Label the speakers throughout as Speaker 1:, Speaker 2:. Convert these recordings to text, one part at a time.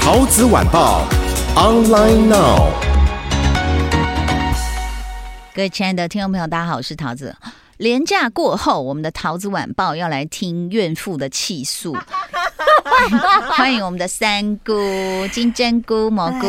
Speaker 1: 桃子晚报，online now。
Speaker 2: 各位亲爱的听众朋友，大家好，我是桃子。廉假过后，我们的桃子晚报要来听怨妇的气诉。 欢迎我们的三姑、金针菇、蘑菇，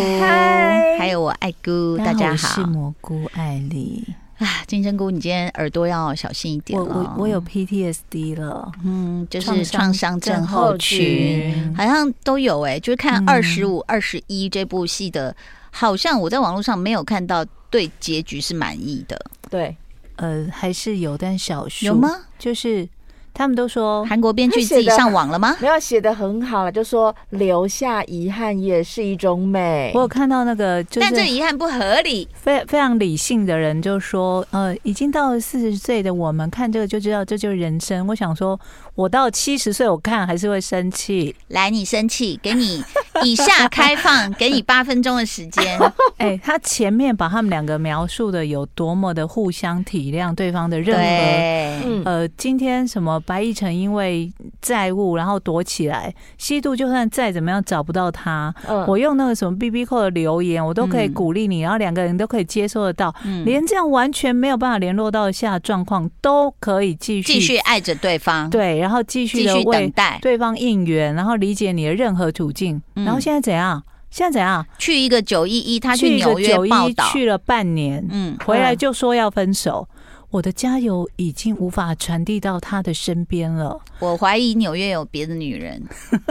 Speaker 2: 还有我爱姑，大家
Speaker 3: 我
Speaker 2: 好
Speaker 3: 是蘑菇艾丽，
Speaker 2: 啊！金针菇，你今天耳朵要小心一点
Speaker 3: 我
Speaker 2: 了。
Speaker 3: 我我有 PTSD 了，
Speaker 2: 嗯，就是创伤症候群，好像都有哎、就是看《二十五二十一》这部戏的，好像我在网络上没有看到对结局是满意的，
Speaker 4: 对，
Speaker 3: 呃，还是有，但少数
Speaker 2: 有？吗？
Speaker 3: 就是他们都说，
Speaker 2: 韩国编剧自己上网了 吗？
Speaker 4: 没有写的很好了，就说留下遗憾也是一种美
Speaker 3: 我。有看到那个就
Speaker 2: 但这
Speaker 3: 是
Speaker 2: 遗憾不合理。
Speaker 3: 非非常理性的人就说，呃，已经到了四十岁的我们看这个就知道这就是人生。我想说，我到七十岁我看还是会 生气，
Speaker 2: 来，你生气，给你以下开放，给你八分钟的时间。
Speaker 3: 哎、他前面把他们两个描述的有多么的互相体谅 对方的任何
Speaker 2: 对，
Speaker 4: 嗯，
Speaker 3: 呃，今天什么白亦晨因为债务然后躲起来，西渡就算再怎么样找不到他，
Speaker 4: 嗯
Speaker 3: 我用那个什么 B B 扣的留言，我都可以
Speaker 2: 嗯
Speaker 3: 鼓励你，然后两个人都可以接受得到，连这样完全没有办法联络到的下的状况都可以继续
Speaker 2: 继续爱着对方，
Speaker 3: 对，然后继续
Speaker 2: 继
Speaker 3: 的
Speaker 2: 续等
Speaker 3: 为
Speaker 2: 待，
Speaker 3: 对方应援，然后理解你的任何处境，
Speaker 2: 嗯
Speaker 3: 然后现在怎样？现在怎样？
Speaker 2: 去一个九一一，他去
Speaker 3: 去一个
Speaker 2: 纽约
Speaker 3: 九一
Speaker 2: 报道，
Speaker 3: 去了半年，
Speaker 2: 嗯，
Speaker 3: 回来
Speaker 4: 嗯
Speaker 3: 就说要分手。我的加油已经无法传递到他的身边了。
Speaker 2: 我怀疑纽约有别的女人，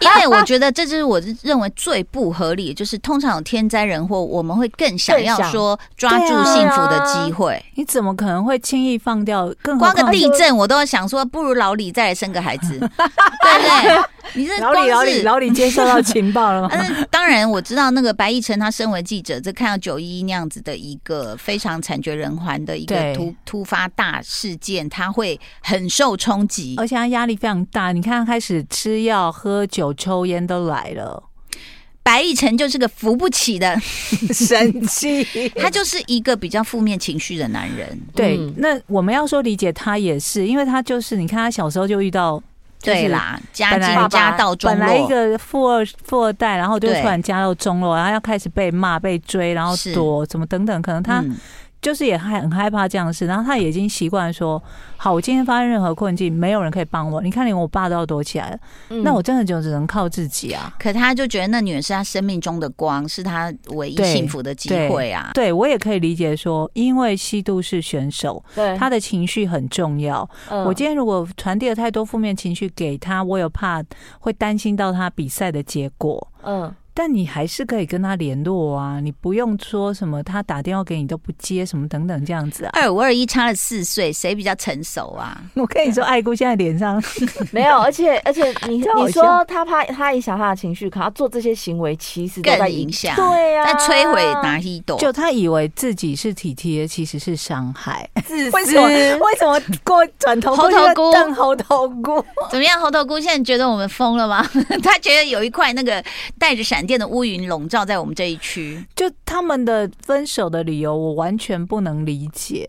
Speaker 2: 因为我觉得这就是我认为最不合理，就是通常有天灾人祸，我们会更想要
Speaker 4: 更想
Speaker 2: 说抓住
Speaker 3: 啊
Speaker 2: 幸福的机会。
Speaker 3: 你怎么可能会轻易放掉？更何
Speaker 2: 光个
Speaker 3: 况
Speaker 2: 地震，我都要想说，不如老李再来生个孩 子，对不对？你这
Speaker 3: 老李，老
Speaker 2: 光
Speaker 3: 李，
Speaker 2: 是
Speaker 3: 老李接收到情报了 吗？
Speaker 2: 嗯，当然我知道那个白亦晨，他身为记者，这看到九一一那样子的一个非常惨绝人寰的一个
Speaker 3: 对
Speaker 2: 突突发大事件，他会很受冲击
Speaker 3: 而。且他压力非常大，你看他开始吃药、喝酒、抽烟都来了，
Speaker 2: 白亦晨就是个扶不起 的，
Speaker 3: 生气。
Speaker 2: 他就是一个比较负面情绪的男人。
Speaker 3: 对
Speaker 4: 嗯，
Speaker 3: 那我们要说理解他也是，因为他就是你看他小时候就遇到，就是
Speaker 2: 对啦，家
Speaker 3: 本来
Speaker 2: 境家道中
Speaker 3: 本来一
Speaker 2: 落，
Speaker 3: 个富二富二代，然后就
Speaker 2: 对
Speaker 3: 突然家道中落，然后要开始被骂、被追，然后
Speaker 2: 是
Speaker 3: 躲什么等等，可能他
Speaker 2: 嗯
Speaker 3: 就是也害很害怕这样的事，然后他也已经习惯说，好，我今天发现任何困境，没有人可以帮我。你看，连我爸都要躲起来了，
Speaker 4: 嗯
Speaker 3: 那我真的就只能靠自己啊。
Speaker 2: 可他就觉得那女人是他生命中的光，是他唯一
Speaker 3: 对
Speaker 2: 幸福的机会啊。
Speaker 3: 对我也可以理解说，因为西渡是选手，
Speaker 4: 对
Speaker 3: 他的情绪很重要。
Speaker 4: 嗯
Speaker 3: 我今天如果传递了太多负面情绪给他，我有怕会担心到他比赛的结果。
Speaker 4: 嗯
Speaker 3: 但你还是可以跟他联络啊，你不用说什么他打电话给你都不接什么等等这样子啊。
Speaker 2: 二五二一差了四岁，谁比较成熟啊？
Speaker 3: 我跟 你说，爱姑现在脸上
Speaker 4: 没有，而 且而且你
Speaker 3: 真好
Speaker 4: 你说他怕他影响他的情绪，可他做这些行为其实都在
Speaker 2: 更影响，
Speaker 4: 对啊，
Speaker 2: 在摧毁哪一
Speaker 4: 哦
Speaker 2: 朵？
Speaker 3: 就他以为自己是体贴，其实是伤害。
Speaker 4: 自私
Speaker 3: 为什么？为什么过转头过
Speaker 2: 猴
Speaker 3: 去
Speaker 2: 头
Speaker 3: 就
Speaker 2: 菇
Speaker 3: 瞪猴头菇？
Speaker 2: 怎么样，猴头菇现在觉得我们疯了吗？ 他觉得有一块那个带着闪电的乌云笼罩在我们这一区。
Speaker 3: 就他们的分手的理由，我完全不能理解。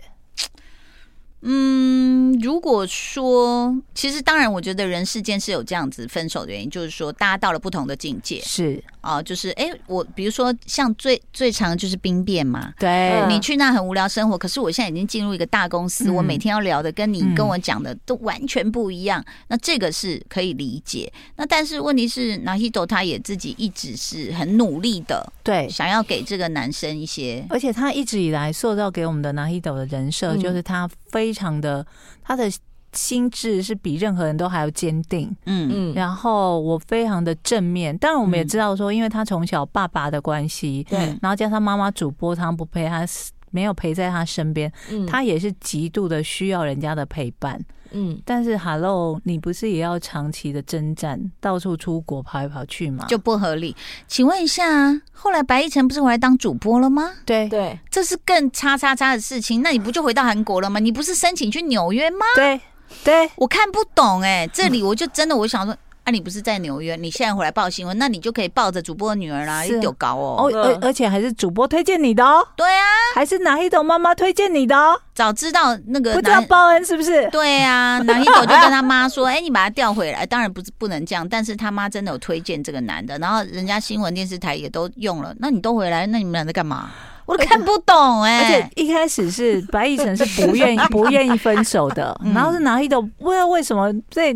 Speaker 2: 嗯，如果说，其实当然，我觉得人世间是有这样子分手的原因，就是说大家到了不同的境界
Speaker 3: 是
Speaker 2: 啊、就是哎、诶我比如说像最最常就是兵变嘛。
Speaker 3: 对
Speaker 4: 嗯
Speaker 2: 你去那很无聊生活，可是我现在已经进入一个大公司，
Speaker 3: 嗯
Speaker 2: 我每天要聊的跟你
Speaker 3: 嗯
Speaker 2: 跟我讲的都完全不一样，那这个是可以理解。那但是问题是，拿西斗他也自己一直是很努力的，
Speaker 3: 对，
Speaker 2: 想要给这个男生一些，
Speaker 3: 而且他一直以来塑造给我们的拿 a 斗的人设，
Speaker 4: 嗯
Speaker 3: 就是他非常的他的心智是比任何人都还要坚定，
Speaker 2: 嗯
Speaker 4: 嗯
Speaker 3: 然后我非常的正面。当然，我们也
Speaker 2: 嗯
Speaker 3: 知道说，因为他从小爸爸的关系，
Speaker 2: 对
Speaker 3: 然后加上妈妈主播他不陪他，没有陪在他身边，
Speaker 4: 嗯
Speaker 3: 他也是极度的需要人家的陪伴。
Speaker 4: 嗯，
Speaker 3: 但是 Hello，你不是也要长期的征战，到处出国跑来跑去吗？
Speaker 2: 就不合理。请问一下，啊后来白一晨不是回来当主播了吗？
Speaker 3: 对
Speaker 4: 对，
Speaker 2: 这是更叉叉叉的事情，那你不就回到韩国了吗？你不是申请去纽约吗？
Speaker 3: 对对，
Speaker 2: 我看不懂哎、这
Speaker 3: 嗯
Speaker 2: 里我就真的我想说，啊，你不是在纽约，你现在回来报新闻，那你就可以抱着主播的女儿啦，
Speaker 3: 是
Speaker 2: 你丢搞哦。
Speaker 3: 哦，而而且还是主播推荐你的哦，
Speaker 2: 对啊，
Speaker 3: 还是哪一种妈妈推荐你的哦，
Speaker 2: 早知道那个
Speaker 3: 不知道
Speaker 2: 呃男，
Speaker 3: 报恩是不是？
Speaker 2: 对啊，男一狗就跟他妈说， 哎、你把他调回来。当然不是不能这样，但是他妈真的有推荐这个男的，然后人家新闻电视台也都用了，那你都回来，那你们俩在干嘛？我都看不懂哎、
Speaker 3: 而且一开始是白亦晨是 不愿意不愿意分手的，
Speaker 2: 嗯
Speaker 3: 然后是拿一种不知道为什么被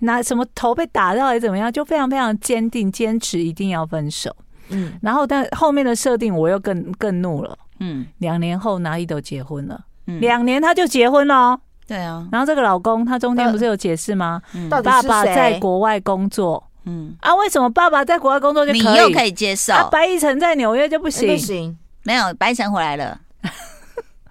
Speaker 3: 拿什么头被打到还是怎么样，就非常非常坚定坚持一定要分手。
Speaker 4: 嗯，
Speaker 3: 然后但后面的设定我又更更怒了，
Speaker 2: 嗯
Speaker 3: 两年后拿一都结婚了，
Speaker 2: 嗯，
Speaker 3: 两年他就结婚了哦。
Speaker 2: 对啊，
Speaker 3: 然后这个老公他中间不是有解释吗？
Speaker 2: 嗯
Speaker 4: 到底
Speaker 3: 爸
Speaker 4: 是
Speaker 3: 爸
Speaker 4: 谁
Speaker 3: 在国外工作
Speaker 2: 嗯，
Speaker 3: 啊，为什么爸爸在国外工作就
Speaker 2: 你
Speaker 3: 可以？
Speaker 2: 又可以哎接受，
Speaker 3: 啊，白亦晨在纽约就不
Speaker 4: 哎不
Speaker 3: 行，
Speaker 4: 行，
Speaker 2: 没有白晨回来了。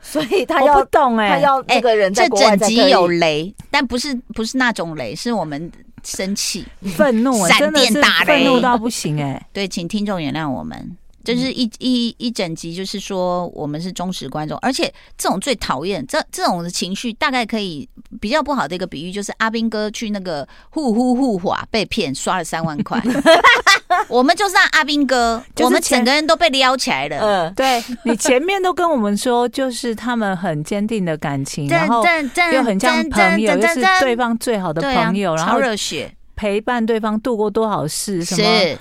Speaker 4: 所以他
Speaker 3: 我
Speaker 4: 要
Speaker 3: 不懂哎、
Speaker 4: 他要那个人在
Speaker 2: 这
Speaker 4: 国外
Speaker 2: 整
Speaker 4: 才可
Speaker 2: 集有
Speaker 4: 以，嗯
Speaker 2: 雷，但不是不是那种雷，是我们生气。
Speaker 3: 愤怒、欸，
Speaker 2: 闪
Speaker 3: 真的
Speaker 2: 电
Speaker 3: 是
Speaker 2: 打
Speaker 3: 愤
Speaker 2: 雷
Speaker 3: 怒到不行哎、
Speaker 2: 对，请听众原谅我们。就是
Speaker 3: 嗯
Speaker 2: 一一一整集，就是说我们是忠实观众，而且这种最讨厌这这种的情绪，大概可以比较不好的一个比喻，就是阿斌哥去那个互呼互滑被骗，刷了三万 块。我们就是那阿斌哥，
Speaker 3: 就是
Speaker 2: 我们
Speaker 3: 前
Speaker 2: 整个人都被撩起来了。
Speaker 4: 嗯，
Speaker 3: 对你前面都跟我们说，就是他们很坚定的感情，然后
Speaker 2: 但
Speaker 3: 又很像朋友，又是对方最好的
Speaker 2: 对
Speaker 3: 朋友，
Speaker 2: 啊、
Speaker 3: 然
Speaker 2: 超
Speaker 3: 后
Speaker 2: 热血，
Speaker 3: 陪伴对方度过多少事，什么
Speaker 2: 是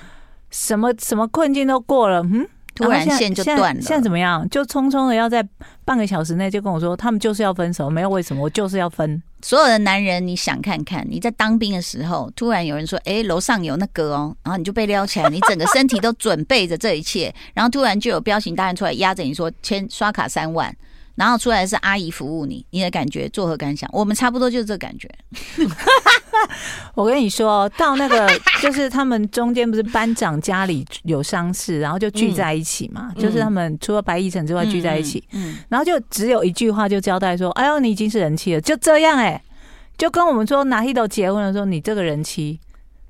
Speaker 3: 什么什么困境都过了，嗯，
Speaker 2: 突然线就断了。
Speaker 3: 现在怎么样？就匆匆的要在半个小时内就跟我说，他们就是要分手，没有为什么，我就是要分。
Speaker 2: 所有的男人，你想看看，你在当兵的时候，突然有人说：“哎，楼上有那个哦。”然后你就被撩起来，你整个身体都准备着这一切，然后突然就有彪形大汉出来压着你说：“签刷卡三万。”然后出来是阿姨服务你，你的感觉作何感想？我们差不多就是这个感觉。
Speaker 3: 我跟你说，哦到那个 就是他们中间不是班长家里有丧事，然后就聚在一起嘛，
Speaker 4: 嗯
Speaker 3: 就是他们除了白亦晨之外聚在一起，
Speaker 2: 嗯，嗯，
Speaker 3: 然后就只有一句话就交代说：“哎呦，你已经是人妻了。”就这样哎、就跟我们说拿 Hito 结婚的时候，你这个人妻，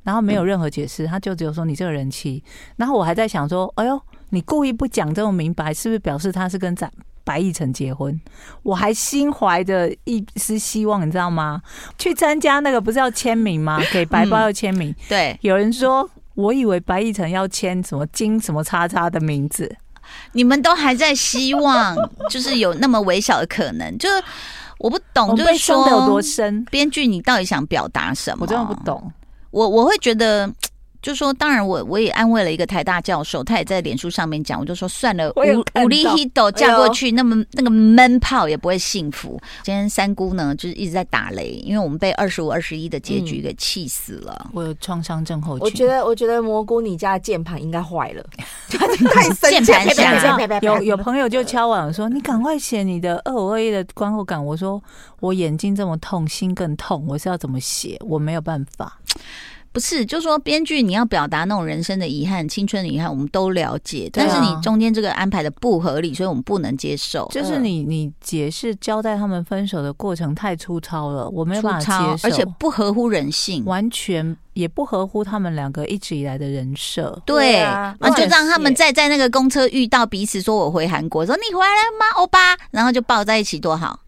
Speaker 3: 然后没有任何解
Speaker 2: 嗯
Speaker 3: 释，他就只有说你这个人妻。然后我还在想说：“哎呦，你故意不讲这么明白，是不是表示他是跟咱白亦晨结婚？”我还心怀着一丝希望，你知道吗？去参加那个不是要签 名吗？给白包要签名，
Speaker 2: 嗯对，
Speaker 3: 有人说。我以为白亦晨要签什么金什么叉叉的名字，
Speaker 2: 你们都还在希望，就是有那么微小的可能，就是哦我不懂，
Speaker 3: 我们
Speaker 2: 就
Speaker 3: 被
Speaker 2: 是
Speaker 3: 伤的有
Speaker 2: 说，
Speaker 3: 多深，
Speaker 2: 编剧你到底想表达什么？
Speaker 3: 我真的不懂。
Speaker 2: 我我会觉得，就说当然我我也安慰了一个台大教授，他也在脸书上面讲，我就说算了，
Speaker 3: 我有
Speaker 2: 五
Speaker 3: 看
Speaker 2: 五力
Speaker 3: 到
Speaker 2: hito 嫁过去，那么那个闷炮也不会幸福。今天三姑呢，就是一直在打雷，因为我们被二十五、二十一的结局给气死了。
Speaker 3: 我有创伤症候群。
Speaker 4: 我觉得我觉得蘑菇你家的键盘应该坏了，太生
Speaker 2: 键
Speaker 4: 气
Speaker 2: 盘
Speaker 4: 了
Speaker 2: 侠
Speaker 4: 啪啪啪啪 啪啪
Speaker 3: 有有朋友就敲碗说：“你赶快写你的二五二一的观后感。”我说：“我眼睛这么痛，心更痛，我是要怎么写？我没有办法。
Speaker 2: 不是，就说编剧你要表达那种人生的遗憾、青春的遗憾，我们都了解，
Speaker 3: 对啊
Speaker 2: 但是你中间这个安排的不合理，所以我们不能接受。
Speaker 3: 就是你
Speaker 4: 嗯
Speaker 3: 你解释交代他们分手的过程太粗糙了，我没有办
Speaker 2: 粗
Speaker 3: 法
Speaker 2: 糙
Speaker 3: 接受，
Speaker 2: 而且不合乎人性。
Speaker 3: 完全也不合乎他们两个一直以来的人设。
Speaker 2: 对，
Speaker 4: 对
Speaker 2: 啊
Speaker 4: 啊，
Speaker 2: 就让他们
Speaker 4: 乱写
Speaker 2: 再在那个公车遇到彼此，说我回韩国，说你回来了吗，欧巴？然后就抱在一起，多好！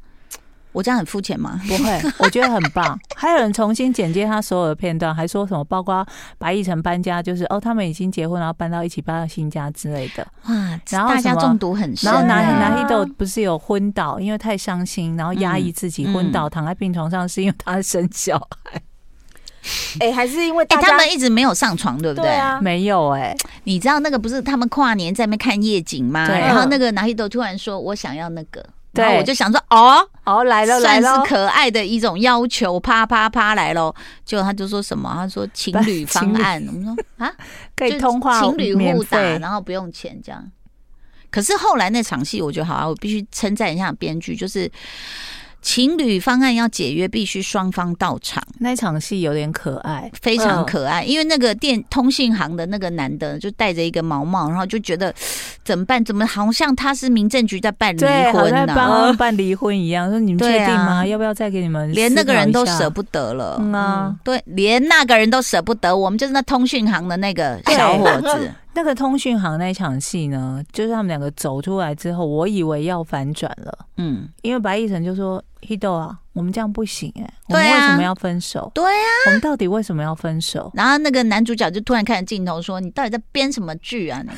Speaker 2: 我这样很肤浅吗？
Speaker 3: 不会， 我觉得很棒。还有人重新剪接他所有的片段，还说什么包括白亦晨搬家，就是哦，他们已经结婚，然后搬到一起，搬到新家之类的。
Speaker 2: 哇，
Speaker 3: 然后
Speaker 2: 大家
Speaker 3: 什么
Speaker 2: 中毒很深哎
Speaker 3: 然后拿
Speaker 4: 啊
Speaker 3: 拿黑豆不是有昏倒，因为太伤心，然后压抑自己
Speaker 2: 嗯
Speaker 3: 昏倒，躺在病床上是因为他生小孩，
Speaker 4: 哎，还是因为
Speaker 2: 哎、
Speaker 4: 大
Speaker 2: 他
Speaker 4: 家
Speaker 2: 们一直没有上床，对不对？
Speaker 4: 对啊，
Speaker 3: 没有哎、
Speaker 2: 你知道那个不是他们跨年在那边看夜景吗？
Speaker 3: 对
Speaker 2: 然后那个拿一豆突然说：“我想要那个。”然后
Speaker 3: 对
Speaker 2: 我就想说：“哦，
Speaker 3: 哦，来了来
Speaker 2: 算
Speaker 3: 了
Speaker 2: 是，可爱的一种要求，啪啪啪来喽。”结果他就说什么？他说 情侣方案。我们说啊，
Speaker 3: 可以
Speaker 2: 就
Speaker 3: 通话
Speaker 2: 情侣
Speaker 3: 免
Speaker 2: 互打，
Speaker 3: 费。
Speaker 2: 然后不用钱这样。可是后来那场戏，我觉得好啊，我必须称赞一下编剧，就是情侣方案要解约，必须双方到场，
Speaker 3: 那场戏有点可爱，
Speaker 2: 非常
Speaker 4: 嗯
Speaker 2: 可爱。因为那个电通信行的那个男的就戴着一个毛毛，然后就觉得怎么办？怎么好像他是民政局在办嗯离
Speaker 3: 对，好
Speaker 2: 婚
Speaker 3: 像
Speaker 2: 呢、
Speaker 3: 帮他们办离婚一样，说你们确
Speaker 2: 对啊
Speaker 3: 定吗？要不要再给你 们？
Speaker 2: 连那个人都舍。不得了。
Speaker 3: 嗯啊，
Speaker 2: 对，连那个人都舍不得，我们就是那通讯行的那个小伙 子，
Speaker 3: 那个通讯行那一场戏呢，就是他们两个走出来之后，我以为要反转了，
Speaker 2: 嗯，
Speaker 3: 因为白亦晨就说：“Hido 啊，我们这样不行哎、我们
Speaker 2: 对啊
Speaker 3: 为什么要分手？
Speaker 2: 对啊。
Speaker 3: 我们到底为什么要分手？”
Speaker 2: 然后那个男主角就突然看着镜头说：“你到底在编什么剧啊你？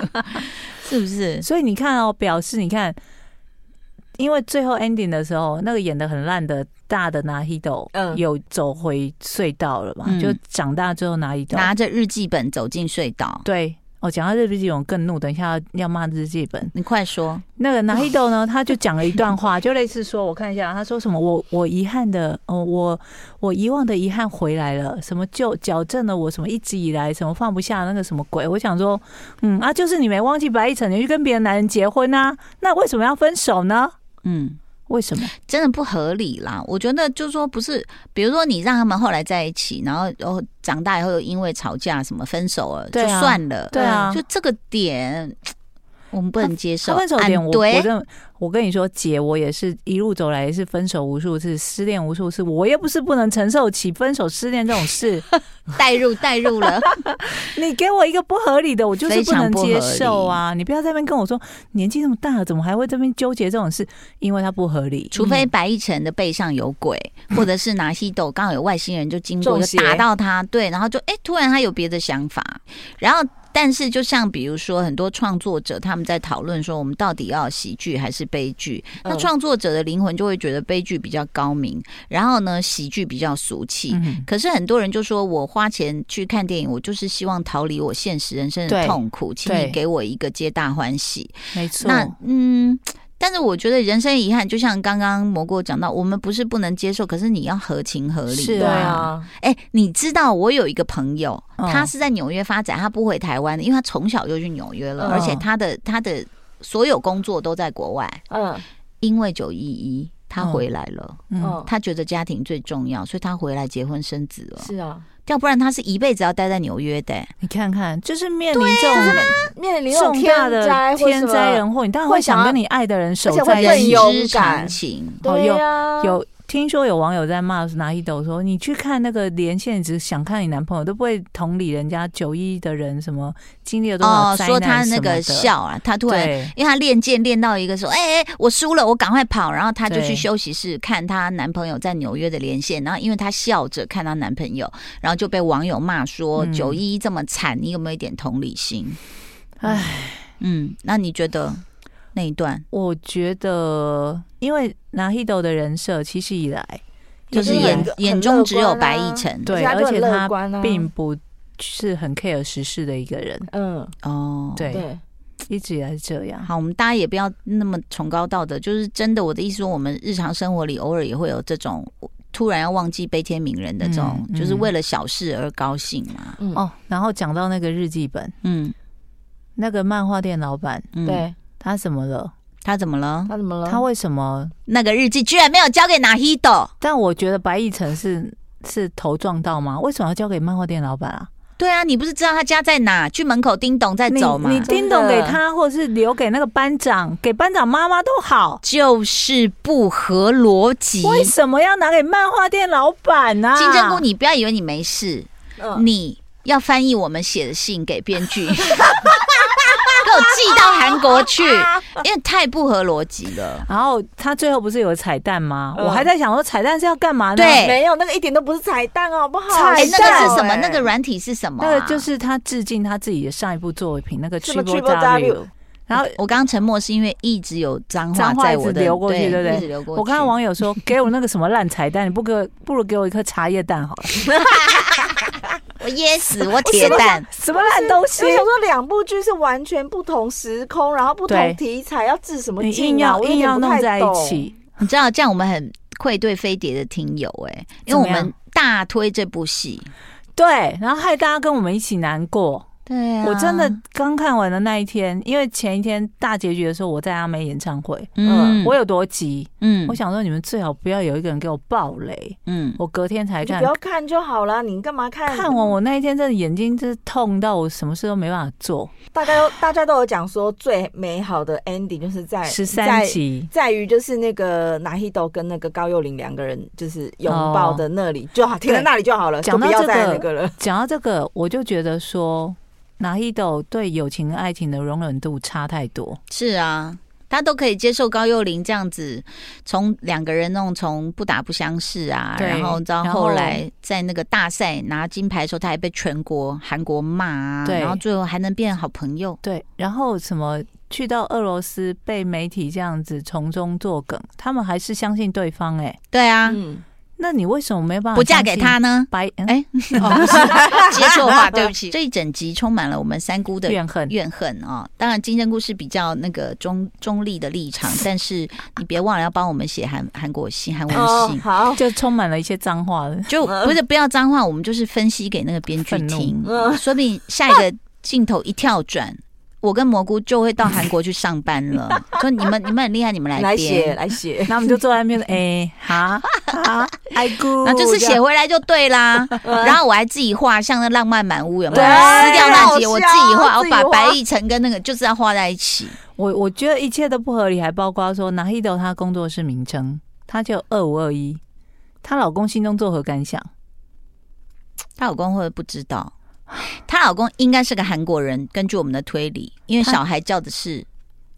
Speaker 2: 是不是？
Speaker 3: 所以你看哦，表示你看，因为最后 ending 的时候，那个演的很烂的大的拿 Hido，
Speaker 4: 嗯
Speaker 3: 有走回隧道了嘛？
Speaker 2: 嗯
Speaker 3: 就长大之后拿 Hido，
Speaker 2: 拿着日记本走进隧道，
Speaker 3: 对。哦，讲到日记本我更怒，等一下要要骂日记本。
Speaker 2: 你快说，
Speaker 3: 那个拿 h i d o 呢，他就讲了一段话，就类似说，我看一下，他说什么，我我遗憾的，哦，我我遗忘的遗憾回来了，什么就矫正了我什么一直以来什么放不下那个什么鬼，我想说，嗯啊，嗯就是你没忘记白一晨，你去跟别的男人结婚啊，那为什么要分手呢？
Speaker 2: 嗯，
Speaker 3: 为什么？
Speaker 2: 真的不合理啦。我觉得就是说，不是，比如说你让他们后来在一起，然后然后长大以后又因为吵架什么分手了，
Speaker 3: 对
Speaker 2: 就
Speaker 3: 啊
Speaker 2: 算了，
Speaker 3: 对啊，
Speaker 2: 就这个点我们不能接受。
Speaker 3: 他分手
Speaker 2: 俺
Speaker 3: 点我，我
Speaker 2: 对，
Speaker 3: 认为，我跟你说，姐，我也是一路走来也是分手无数次，失恋无数次，我又不是不能承受起分手失恋这种事。
Speaker 2: 代入代入了，
Speaker 3: 你给我一个不合理的，我就是不能接受啊！你不要在那边跟我说年纪这么大了，怎么还会这边纠结这种事？因为它不合理，
Speaker 2: 除非白一晨的背上有鬼，或者是拿西斗刚好有外星人就经过
Speaker 4: 中
Speaker 2: 就
Speaker 4: 邪
Speaker 2: 打到他，对，然后就哎、突然他有别的想法，然后。但是，就像比如说，很多创作者他们在讨论说，我们到底要喜剧还是悲剧？那
Speaker 4: 嗯
Speaker 2: 创作者的灵魂就会觉得悲剧比较高明，然后呢，喜剧比较俗气。
Speaker 3: 嗯
Speaker 2: 可是很多人就说我花钱去看电影，我就是希望逃离我现实人生的
Speaker 3: 对
Speaker 2: 痛苦，请
Speaker 3: 对
Speaker 2: 你给我一个皆大欢喜。
Speaker 3: 没错。
Speaker 2: 那嗯，但是我觉得人生遗憾，就像刚刚蘑菇讲到，我们不是不能接受，可是你要合情合理。
Speaker 3: 是
Speaker 4: 对
Speaker 3: 啊
Speaker 4: 啊，
Speaker 2: 哎、你知道我有一个朋友，
Speaker 3: 嗯
Speaker 2: 他是在纽约发展，他不回台湾的，因为他从小就去纽约了，
Speaker 4: 嗯
Speaker 2: 而且他的他的所有工作都在国外，
Speaker 4: 嗯
Speaker 2: 因为九一一。他回来了，
Speaker 3: 嗯，
Speaker 4: 嗯，
Speaker 2: 他觉得家庭最重要，所以他回来结婚生子了。
Speaker 4: 是啊，
Speaker 2: 要不然他是一辈子要待在纽约的、
Speaker 3: 你看看，就是面临这种
Speaker 4: 面临这种
Speaker 3: 重大的
Speaker 4: 灾或
Speaker 3: 天
Speaker 4: 什么
Speaker 3: 灾人祸，你当然会想跟你爱的人守在
Speaker 4: 而且会
Speaker 3: 一
Speaker 4: 更
Speaker 3: 起
Speaker 4: 有。啊勇
Speaker 2: 之常
Speaker 4: 敢
Speaker 2: 情。
Speaker 4: 对呀，
Speaker 3: 有听说有网友在骂拿一斗说，你去看那个连线，只想看你男朋友，都不会同理人家九一的人什么经历了多少
Speaker 2: 哦，
Speaker 3: 灾难
Speaker 2: 说他那个
Speaker 3: 什么的
Speaker 2: 笑啊，他突然
Speaker 3: 对
Speaker 2: 因为她练剑练到一个说，哎、哎，我输了，我赶快跑，然后她就
Speaker 3: 对
Speaker 2: 去休息室看她男朋友在纽约的连线，然后因为她笑着看她男朋友，然后就被网友骂说
Speaker 3: 嗯
Speaker 2: 九一一这么惨，你有没有一点同理心？
Speaker 3: 唉。
Speaker 2: 嗯，那你觉得那一段
Speaker 3: 我觉得，因为拿 Hido 的人设其实以来
Speaker 2: 就
Speaker 4: 也
Speaker 2: 是
Speaker 4: 是
Speaker 2: 眼、
Speaker 4: 很乐
Speaker 2: 眼中只有白亦晨，
Speaker 3: 对，
Speaker 4: 而
Speaker 3: 而且
Speaker 4: 且他就很
Speaker 3: 他
Speaker 4: 乐观啊
Speaker 3: 并不是很 care 时事的一个人，
Speaker 4: 嗯，
Speaker 2: 哦，。
Speaker 3: 啊对，嗯
Speaker 4: 对，
Speaker 3: 一直以来是这样。
Speaker 2: 好，我们大家也不要那么崇高道德，就是真的，我的意思说，我们日常生活里偶尔也会有这种突然要忘记悲天悯人的这种，
Speaker 3: 嗯
Speaker 2: 就是
Speaker 3: 嗯
Speaker 2: 为了小事而高兴嘛。
Speaker 4: 嗯，
Speaker 3: 哦，然后讲到那个日记本，
Speaker 2: 嗯，
Speaker 3: 那个漫画店老板
Speaker 2: 嗯，
Speaker 4: 对
Speaker 3: 他怎么了？
Speaker 2: 他怎么了？
Speaker 4: 他怎么了？
Speaker 3: 他为什么？
Speaker 2: 那个日记居然没有交给拿 Hido。
Speaker 3: 但我觉得白亦晨是是头撞到吗？为什么要交给漫画店老板啊？
Speaker 2: 对啊，你不是知道他家在哪？去门口叮咚再走嘛
Speaker 3: 你。你叮
Speaker 4: 真
Speaker 3: 咚
Speaker 4: 的
Speaker 3: 给他，或者是留给那个班长，给班长妈妈都好。
Speaker 2: 就是不合逻辑。
Speaker 3: 为什么要拿给漫画店老板呢、啊？
Speaker 2: 金针菇，你不要以为你没事，
Speaker 4: 嗯
Speaker 2: 你要翻译我们写的信给编剧， 给我寄到韩国 去，因为太不合逻辑了。
Speaker 3: 然后他最后不是有彩蛋吗？
Speaker 4: 嗯
Speaker 3: 我还在想说彩蛋是要干嘛呢？
Speaker 2: 对
Speaker 4: 没有那个一点都不是彩蛋，好不好？
Speaker 3: 彩
Speaker 2: 哎，那个是什么？
Speaker 4: 哎
Speaker 2: 那个软体是什么啊？
Speaker 3: 那个就是他致敬他自己的上一部作品那个
Speaker 4: 什么
Speaker 3: Triple W
Speaker 4: Triple W。
Speaker 3: 然后
Speaker 2: 我刚刚沉默是因为一直有脏话
Speaker 3: 脏话
Speaker 2: 嗯在
Speaker 3: 一直
Speaker 2: 我的
Speaker 3: 流过去对不对
Speaker 2: 一直流过去。
Speaker 3: 我看到网友说给我那个什么烂彩蛋，你不给我不如给我一颗茶叶蛋好了，
Speaker 2: 我噎 死我铁蛋，
Speaker 3: 什么烂东西
Speaker 4: 所以？想说两部剧是完全不同时空，然后不
Speaker 3: 对
Speaker 4: 同题材，要治什么
Speaker 3: 你硬
Speaker 4: 劲啊？
Speaker 3: 要
Speaker 4: 我有
Speaker 3: 硬
Speaker 4: 点
Speaker 3: 要
Speaker 4: 不
Speaker 3: 弄
Speaker 4: 太
Speaker 3: 在一
Speaker 4: 懂，
Speaker 3: 起，
Speaker 2: 你知道这样我们很愧对飞碟的听友哎、因为
Speaker 3: 怎么
Speaker 2: 我
Speaker 3: 样
Speaker 2: 们大推这部戏，
Speaker 3: 对，然后害大家跟我们一起难过，
Speaker 2: 对啊，
Speaker 3: 我真的刚看完的那一天，因为前一天大结局的时候，我在阿妹演唱会，
Speaker 2: 嗯
Speaker 3: 我有多急，
Speaker 2: 嗯
Speaker 3: 我想说你们最好不要有一个人给我爆雷，
Speaker 2: 嗯
Speaker 3: 我隔天才
Speaker 4: 你就
Speaker 3: 看
Speaker 4: 不。要看就好啦，你干嘛看？
Speaker 3: 看完我那一天，真的眼睛真是痛到我什么事都没办法做。
Speaker 4: 大家都大家都有讲说，最美好的 ending 就是
Speaker 2: 哎
Speaker 4: 在
Speaker 3: 十
Speaker 4: 在
Speaker 3: 三集，
Speaker 4: 在于就是那个拿希豆跟那个高幼霖两个人就是拥抱的那里就好，停在那里就好了，
Speaker 3: 讲到
Speaker 4: 就
Speaker 3: 这
Speaker 4: 不要
Speaker 3: 个
Speaker 4: 再那个了。
Speaker 3: 讲到这个，我就觉得说，拿一斗对友情跟爱情的容忍度差太多。
Speaker 2: 是啊，他都可以接受高幼霖这样子，从两个人弄从不打不相识啊，
Speaker 3: 对
Speaker 2: 然后到
Speaker 3: 然
Speaker 2: 后
Speaker 3: 后
Speaker 2: 来在那个大赛拿金牌的时候，他还被全国韩国骂啊，
Speaker 3: 对
Speaker 2: 然后最后还能变好朋友，
Speaker 3: 对，然后什么去到俄罗斯被媒体这样子从中作梗，他们还是相信对方、哎，
Speaker 2: 对啊，嗯
Speaker 4: 嗯，
Speaker 3: 那你为什么没办法
Speaker 2: 不嫁给
Speaker 3: 相信
Speaker 2: 他呢？
Speaker 3: 白？嗯
Speaker 2: 哎， 接错话，对不起。这一整集充满了我们三姑的
Speaker 3: 怨恨
Speaker 2: 怨恨啊、当然，金针菇是比较那个中中立的立场， 但是你别忘了要帮我们写韩韩国信、韩文
Speaker 4: 哦
Speaker 2: 信，。
Speaker 4: 好，
Speaker 3: 就充满了一些脏话 了。
Speaker 2: 就不是不要脏话，我们就是分析给那个编剧听，
Speaker 4: 嗯
Speaker 2: 说不定下一个镜头一跳转，我跟蘑菇就会到韩国去上班了。说你们你们很厉害，你们来
Speaker 4: 来写
Speaker 2: 编，
Speaker 4: 来写，
Speaker 3: 然后我们就坐在那边，哎、哈哈，爱姑，
Speaker 2: 然后就是
Speaker 3: 这
Speaker 2: 写
Speaker 3: 样
Speaker 2: 回来就对啦。然后我还自己画，像那浪漫满屋有没有？
Speaker 4: 对
Speaker 2: 撕掉那集
Speaker 4: 好
Speaker 2: 我自
Speaker 4: 笑
Speaker 2: 己画，我
Speaker 4: 自己
Speaker 2: 把
Speaker 4: 画
Speaker 2: 白亦晨跟那个就是要画在一起。
Speaker 3: 我我觉得一切都不合理，还包括说拿 Hido 她工作室名称，她就二五二一，她老公心中作何感想？
Speaker 2: 她老公会不会不知道？她老公应该是个韩国人，根据我们的推理，因为
Speaker 3: 他
Speaker 2: 小孩叫的是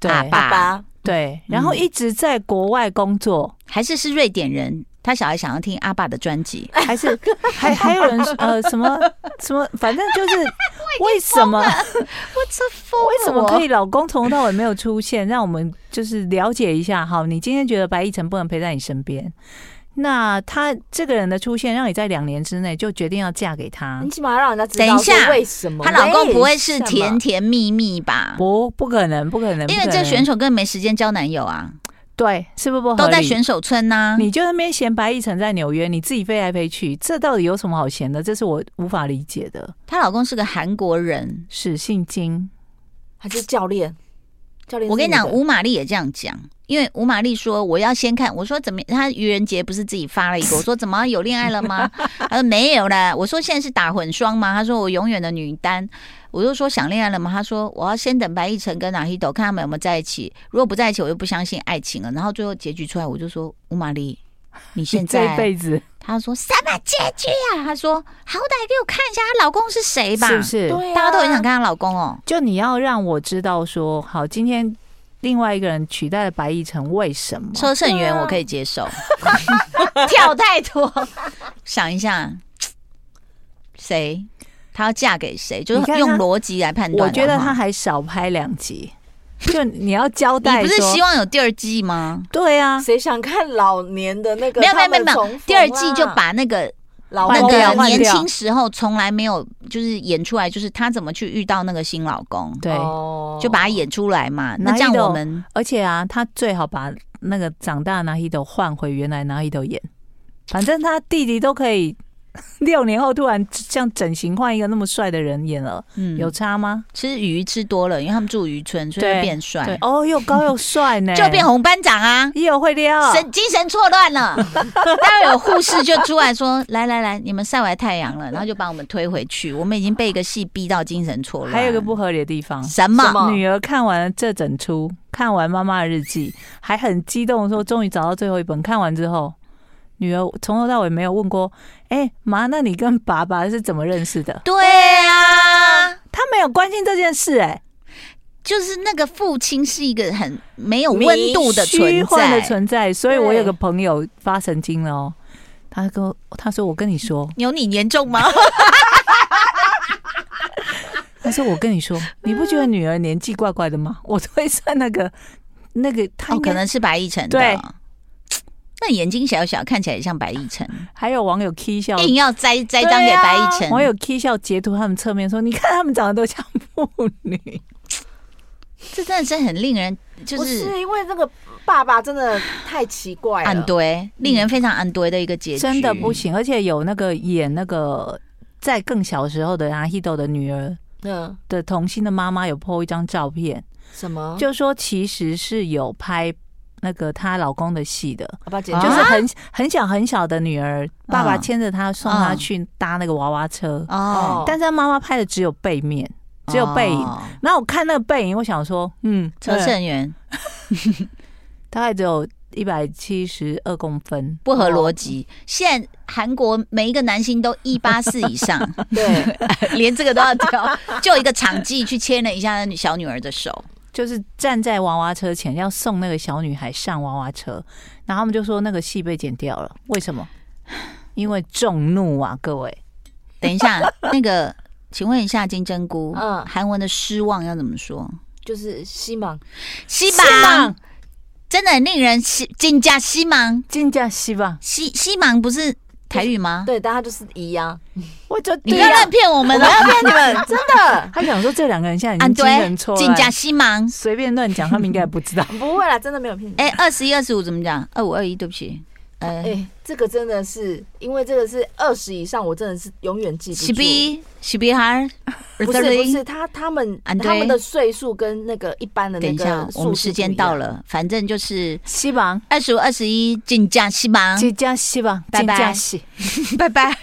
Speaker 3: 对
Speaker 2: 阿爸嗯
Speaker 4: 吧，
Speaker 3: 对，然后一直在国外工 作，
Speaker 2: 还是是瑞典人，他小孩想要听阿爸的专辑。
Speaker 3: 还是 还还有人呃什么什么，反正就是为什么
Speaker 2: 我这疯
Speaker 3: 为什么可以老公从头到尾没有出现？让我们就是了解一下。好，你今天觉得白亦晨不能陪在你身边，那他这个人的出现，让你在两年之内就决定要嫁给他
Speaker 4: 你，起码要让人家知道
Speaker 2: 等一下
Speaker 4: 说为什么
Speaker 2: 她老公不会是
Speaker 4: 为什么
Speaker 2: 甜甜蜜蜜吧？
Speaker 3: 不不可能，不可能，
Speaker 2: 因为
Speaker 3: 不可
Speaker 2: 这
Speaker 3: 能
Speaker 2: 选手根本没时间交男友啊，
Speaker 3: 对是不是不哦合理
Speaker 2: 都在选手村啊呐、
Speaker 3: 你就在那边嫌白亦晨在纽约，你自己飞来飞去，这到底有什么好嫌的？这是我无法理解的。
Speaker 2: 她老公是个韩国人，
Speaker 3: 是姓金，
Speaker 4: 还是教练？教练是的，
Speaker 2: 我跟你讲，吴玛丽也这样讲，因为吴玛丽说我要先看，我说怎么，她愚人节不是自己发了一 个，我说怎么有恋爱了吗？她说没有啦，我说现在是打混双吗？她说我永远的女单，我就说想恋爱了吗？她说我要先等白亦晨跟哪一斗看他们有没有在一起，如果不在一起，我就不相信爱情了。然后最后结局出来，我就说吴玛丽，你现
Speaker 3: 你 这一
Speaker 2: 在
Speaker 3: 辈子
Speaker 2: 她说什么结局啊？她说好歹给我看一下她老公是谁吧，
Speaker 3: 是不是？
Speaker 4: 对啊，
Speaker 2: 大家都很想看她老公哦。
Speaker 3: 就你要让我知道说，好，今天另外一个人取代了白亦晨，为什么？
Speaker 2: 车胜
Speaker 3: 啊
Speaker 2: 元我可以接受， 跳太多。想一下，谁？她要嫁给谁？就
Speaker 3: 你
Speaker 2: 是
Speaker 3: 看她
Speaker 2: 用逻辑来判断
Speaker 3: 我
Speaker 2: 的话。
Speaker 3: 觉得他还少拍两集，就你要交 代
Speaker 2: 你
Speaker 3: 说，
Speaker 2: 不是希望哦有第二季吗？
Speaker 3: 对啊，
Speaker 4: 谁想看老年的那个？
Speaker 2: 没有没有
Speaker 4: 他
Speaker 2: 没
Speaker 4: 们
Speaker 2: 有没
Speaker 4: 重
Speaker 2: 有
Speaker 4: 逢，
Speaker 2: 第二
Speaker 4: 啦
Speaker 2: 季就把那个
Speaker 4: 老
Speaker 2: 那
Speaker 3: 换掉
Speaker 2: 个
Speaker 3: 哦啊换
Speaker 2: 年
Speaker 3: 掉
Speaker 2: 轻时候从来没有就是演出来，就是她怎么去遇到那个新老公，
Speaker 3: 对，
Speaker 2: 就把她演出来嘛。那这
Speaker 3: 哪一
Speaker 2: 样我
Speaker 3: 种
Speaker 2: 们
Speaker 3: 而且啊，他最好把那个长大拿一斗换回原来拿一斗演，反正他弟弟都可以 六年后突然这样整形换一个那么帅的人演了，
Speaker 2: 嗯
Speaker 3: 有差吗？
Speaker 2: 吃鱼吃多了，因为他们住渔村，所以会
Speaker 3: 对
Speaker 2: 变
Speaker 3: 对
Speaker 2: 帅，，
Speaker 3: 哦，又高又帅 呢，
Speaker 2: 就变，红班长啊。
Speaker 3: 又会撩，
Speaker 2: 神精神错乱了。 待会有护士就出来说：“来来来，你们晒完太阳了。”然后就把我们推回去。我们已经被一个戏逼到精神错乱。
Speaker 3: 还有一个不合理的地方。
Speaker 2: 什么？
Speaker 4: 什么
Speaker 3: 女儿看完了这整出，看完妈妈的日记，还很激动地说：“终于找到最后一本。”看完之后，女儿从头到尾没有问过：“哎、妈，那你跟爸爸是怎么认识的
Speaker 2: 对啊，？”
Speaker 3: 她没有关心这件事、哎，
Speaker 2: 就是那个父亲是一个很没有温度的
Speaker 3: 虚
Speaker 2: 存
Speaker 3: 幻的
Speaker 2: 在。
Speaker 3: 存在。所以我
Speaker 4: 对
Speaker 3: 有个朋友发神经了哦，他跟我他说：“我跟 你说，
Speaker 2: 有你严重 吗？
Speaker 3: 他说我跟你说，你不觉得女儿年纪怪怪的吗？我推算那个那个，他
Speaker 2: 哦，可能是白亦晨的。
Speaker 3: 对
Speaker 2: 那眼睛小小，看起来也像白亦晨，
Speaker 3: 还有网友 K 笑。”
Speaker 2: 硬要栽栽赃给
Speaker 3: 啊
Speaker 2: 白亦晨。
Speaker 3: 网友 K 笑截图他们侧面说：“你看他们长得都像妇女。”
Speaker 2: 这真的是很令人就
Speaker 4: 不
Speaker 2: 是
Speaker 4: 是因为那个爸爸真的太奇怪了，
Speaker 2: 暗堆，令人非常暗堆的一个结局。
Speaker 3: 真的不行，而且有那个演那个在更小时候的阿希豆的女儿
Speaker 4: 嗯，
Speaker 3: 的童星的妈妈有 po 一张照片，
Speaker 4: 什
Speaker 2: 哦
Speaker 4: 么？
Speaker 3: 就说其实是有拍那个她老公的戏的，
Speaker 4: 好吧，姐
Speaker 2: 啊
Speaker 3: 就是很很小很小的女儿，爸爸
Speaker 2: 嗯
Speaker 3: 牵着她送她
Speaker 2: 嗯
Speaker 3: 去搭那个娃娃车，
Speaker 2: 哦，
Speaker 3: 但是她妈妈拍的只有背面，只有背影。
Speaker 2: 哦，
Speaker 3: 然后我看那个背影，我想说，嗯，
Speaker 2: 车
Speaker 3: 对
Speaker 2: 胜元
Speaker 3: 大概只有一百七十二公分，
Speaker 2: 不合逻辑。现在韩国每一个男星都一八四以上，
Speaker 4: 对，
Speaker 2: 连这个都要挑，就一个场记去牵了一下那小女儿的手。
Speaker 3: 就是站在娃娃车前要送那个小女孩上娃娃车，然后他们就说那个戏被剪掉了，为 什么？因为众怒啊，各位，
Speaker 2: 等一下，那个，请问一下金针菇，
Speaker 4: 嗯
Speaker 2: 韩文的失望要怎么说？
Speaker 4: 就是西蒙，
Speaker 2: 啊希芒，真的很令人希惊加希芒，
Speaker 3: 金价西吧，
Speaker 2: 希希芒不是台语吗？
Speaker 4: 对，但他就是一样，
Speaker 3: 我就
Speaker 2: 你不要乱骗我们啊了，
Speaker 4: 你们真的。
Speaker 3: 他想说这两个人现在已
Speaker 2: 啊，
Speaker 3: 经精神
Speaker 2: 对
Speaker 3: 错，
Speaker 2: 金加
Speaker 3: 乱，
Speaker 2: 希芒。
Speaker 3: 随便乱讲，他们应该也不 知道
Speaker 4: 不会啦，真的没有骗你。
Speaker 2: 哎，二十一、二十五怎么讲？二五、二一，对不起，呃
Speaker 4: 哎、，这个真的是，因为这个是二十以上，我真的是永远记
Speaker 2: 十
Speaker 4: 不住。
Speaker 2: 比十比哈，
Speaker 4: 不是不是，他他们
Speaker 2: 啊对
Speaker 4: 他们的岁数跟那个一般的
Speaker 2: 等
Speaker 4: 那
Speaker 2: 一
Speaker 4: 个
Speaker 2: 下，
Speaker 4: 数
Speaker 2: 我们
Speaker 4: 是
Speaker 2: 时
Speaker 4: 不
Speaker 2: 间
Speaker 4: 一
Speaker 2: 到
Speaker 4: 样。
Speaker 2: 了，反正就是
Speaker 3: 西吧，
Speaker 2: 二十五、二十一，进价西芒，
Speaker 3: 金价西吧，
Speaker 2: 拜
Speaker 3: 金
Speaker 2: 拜
Speaker 3: 价西。
Speaker 2: 拜拜。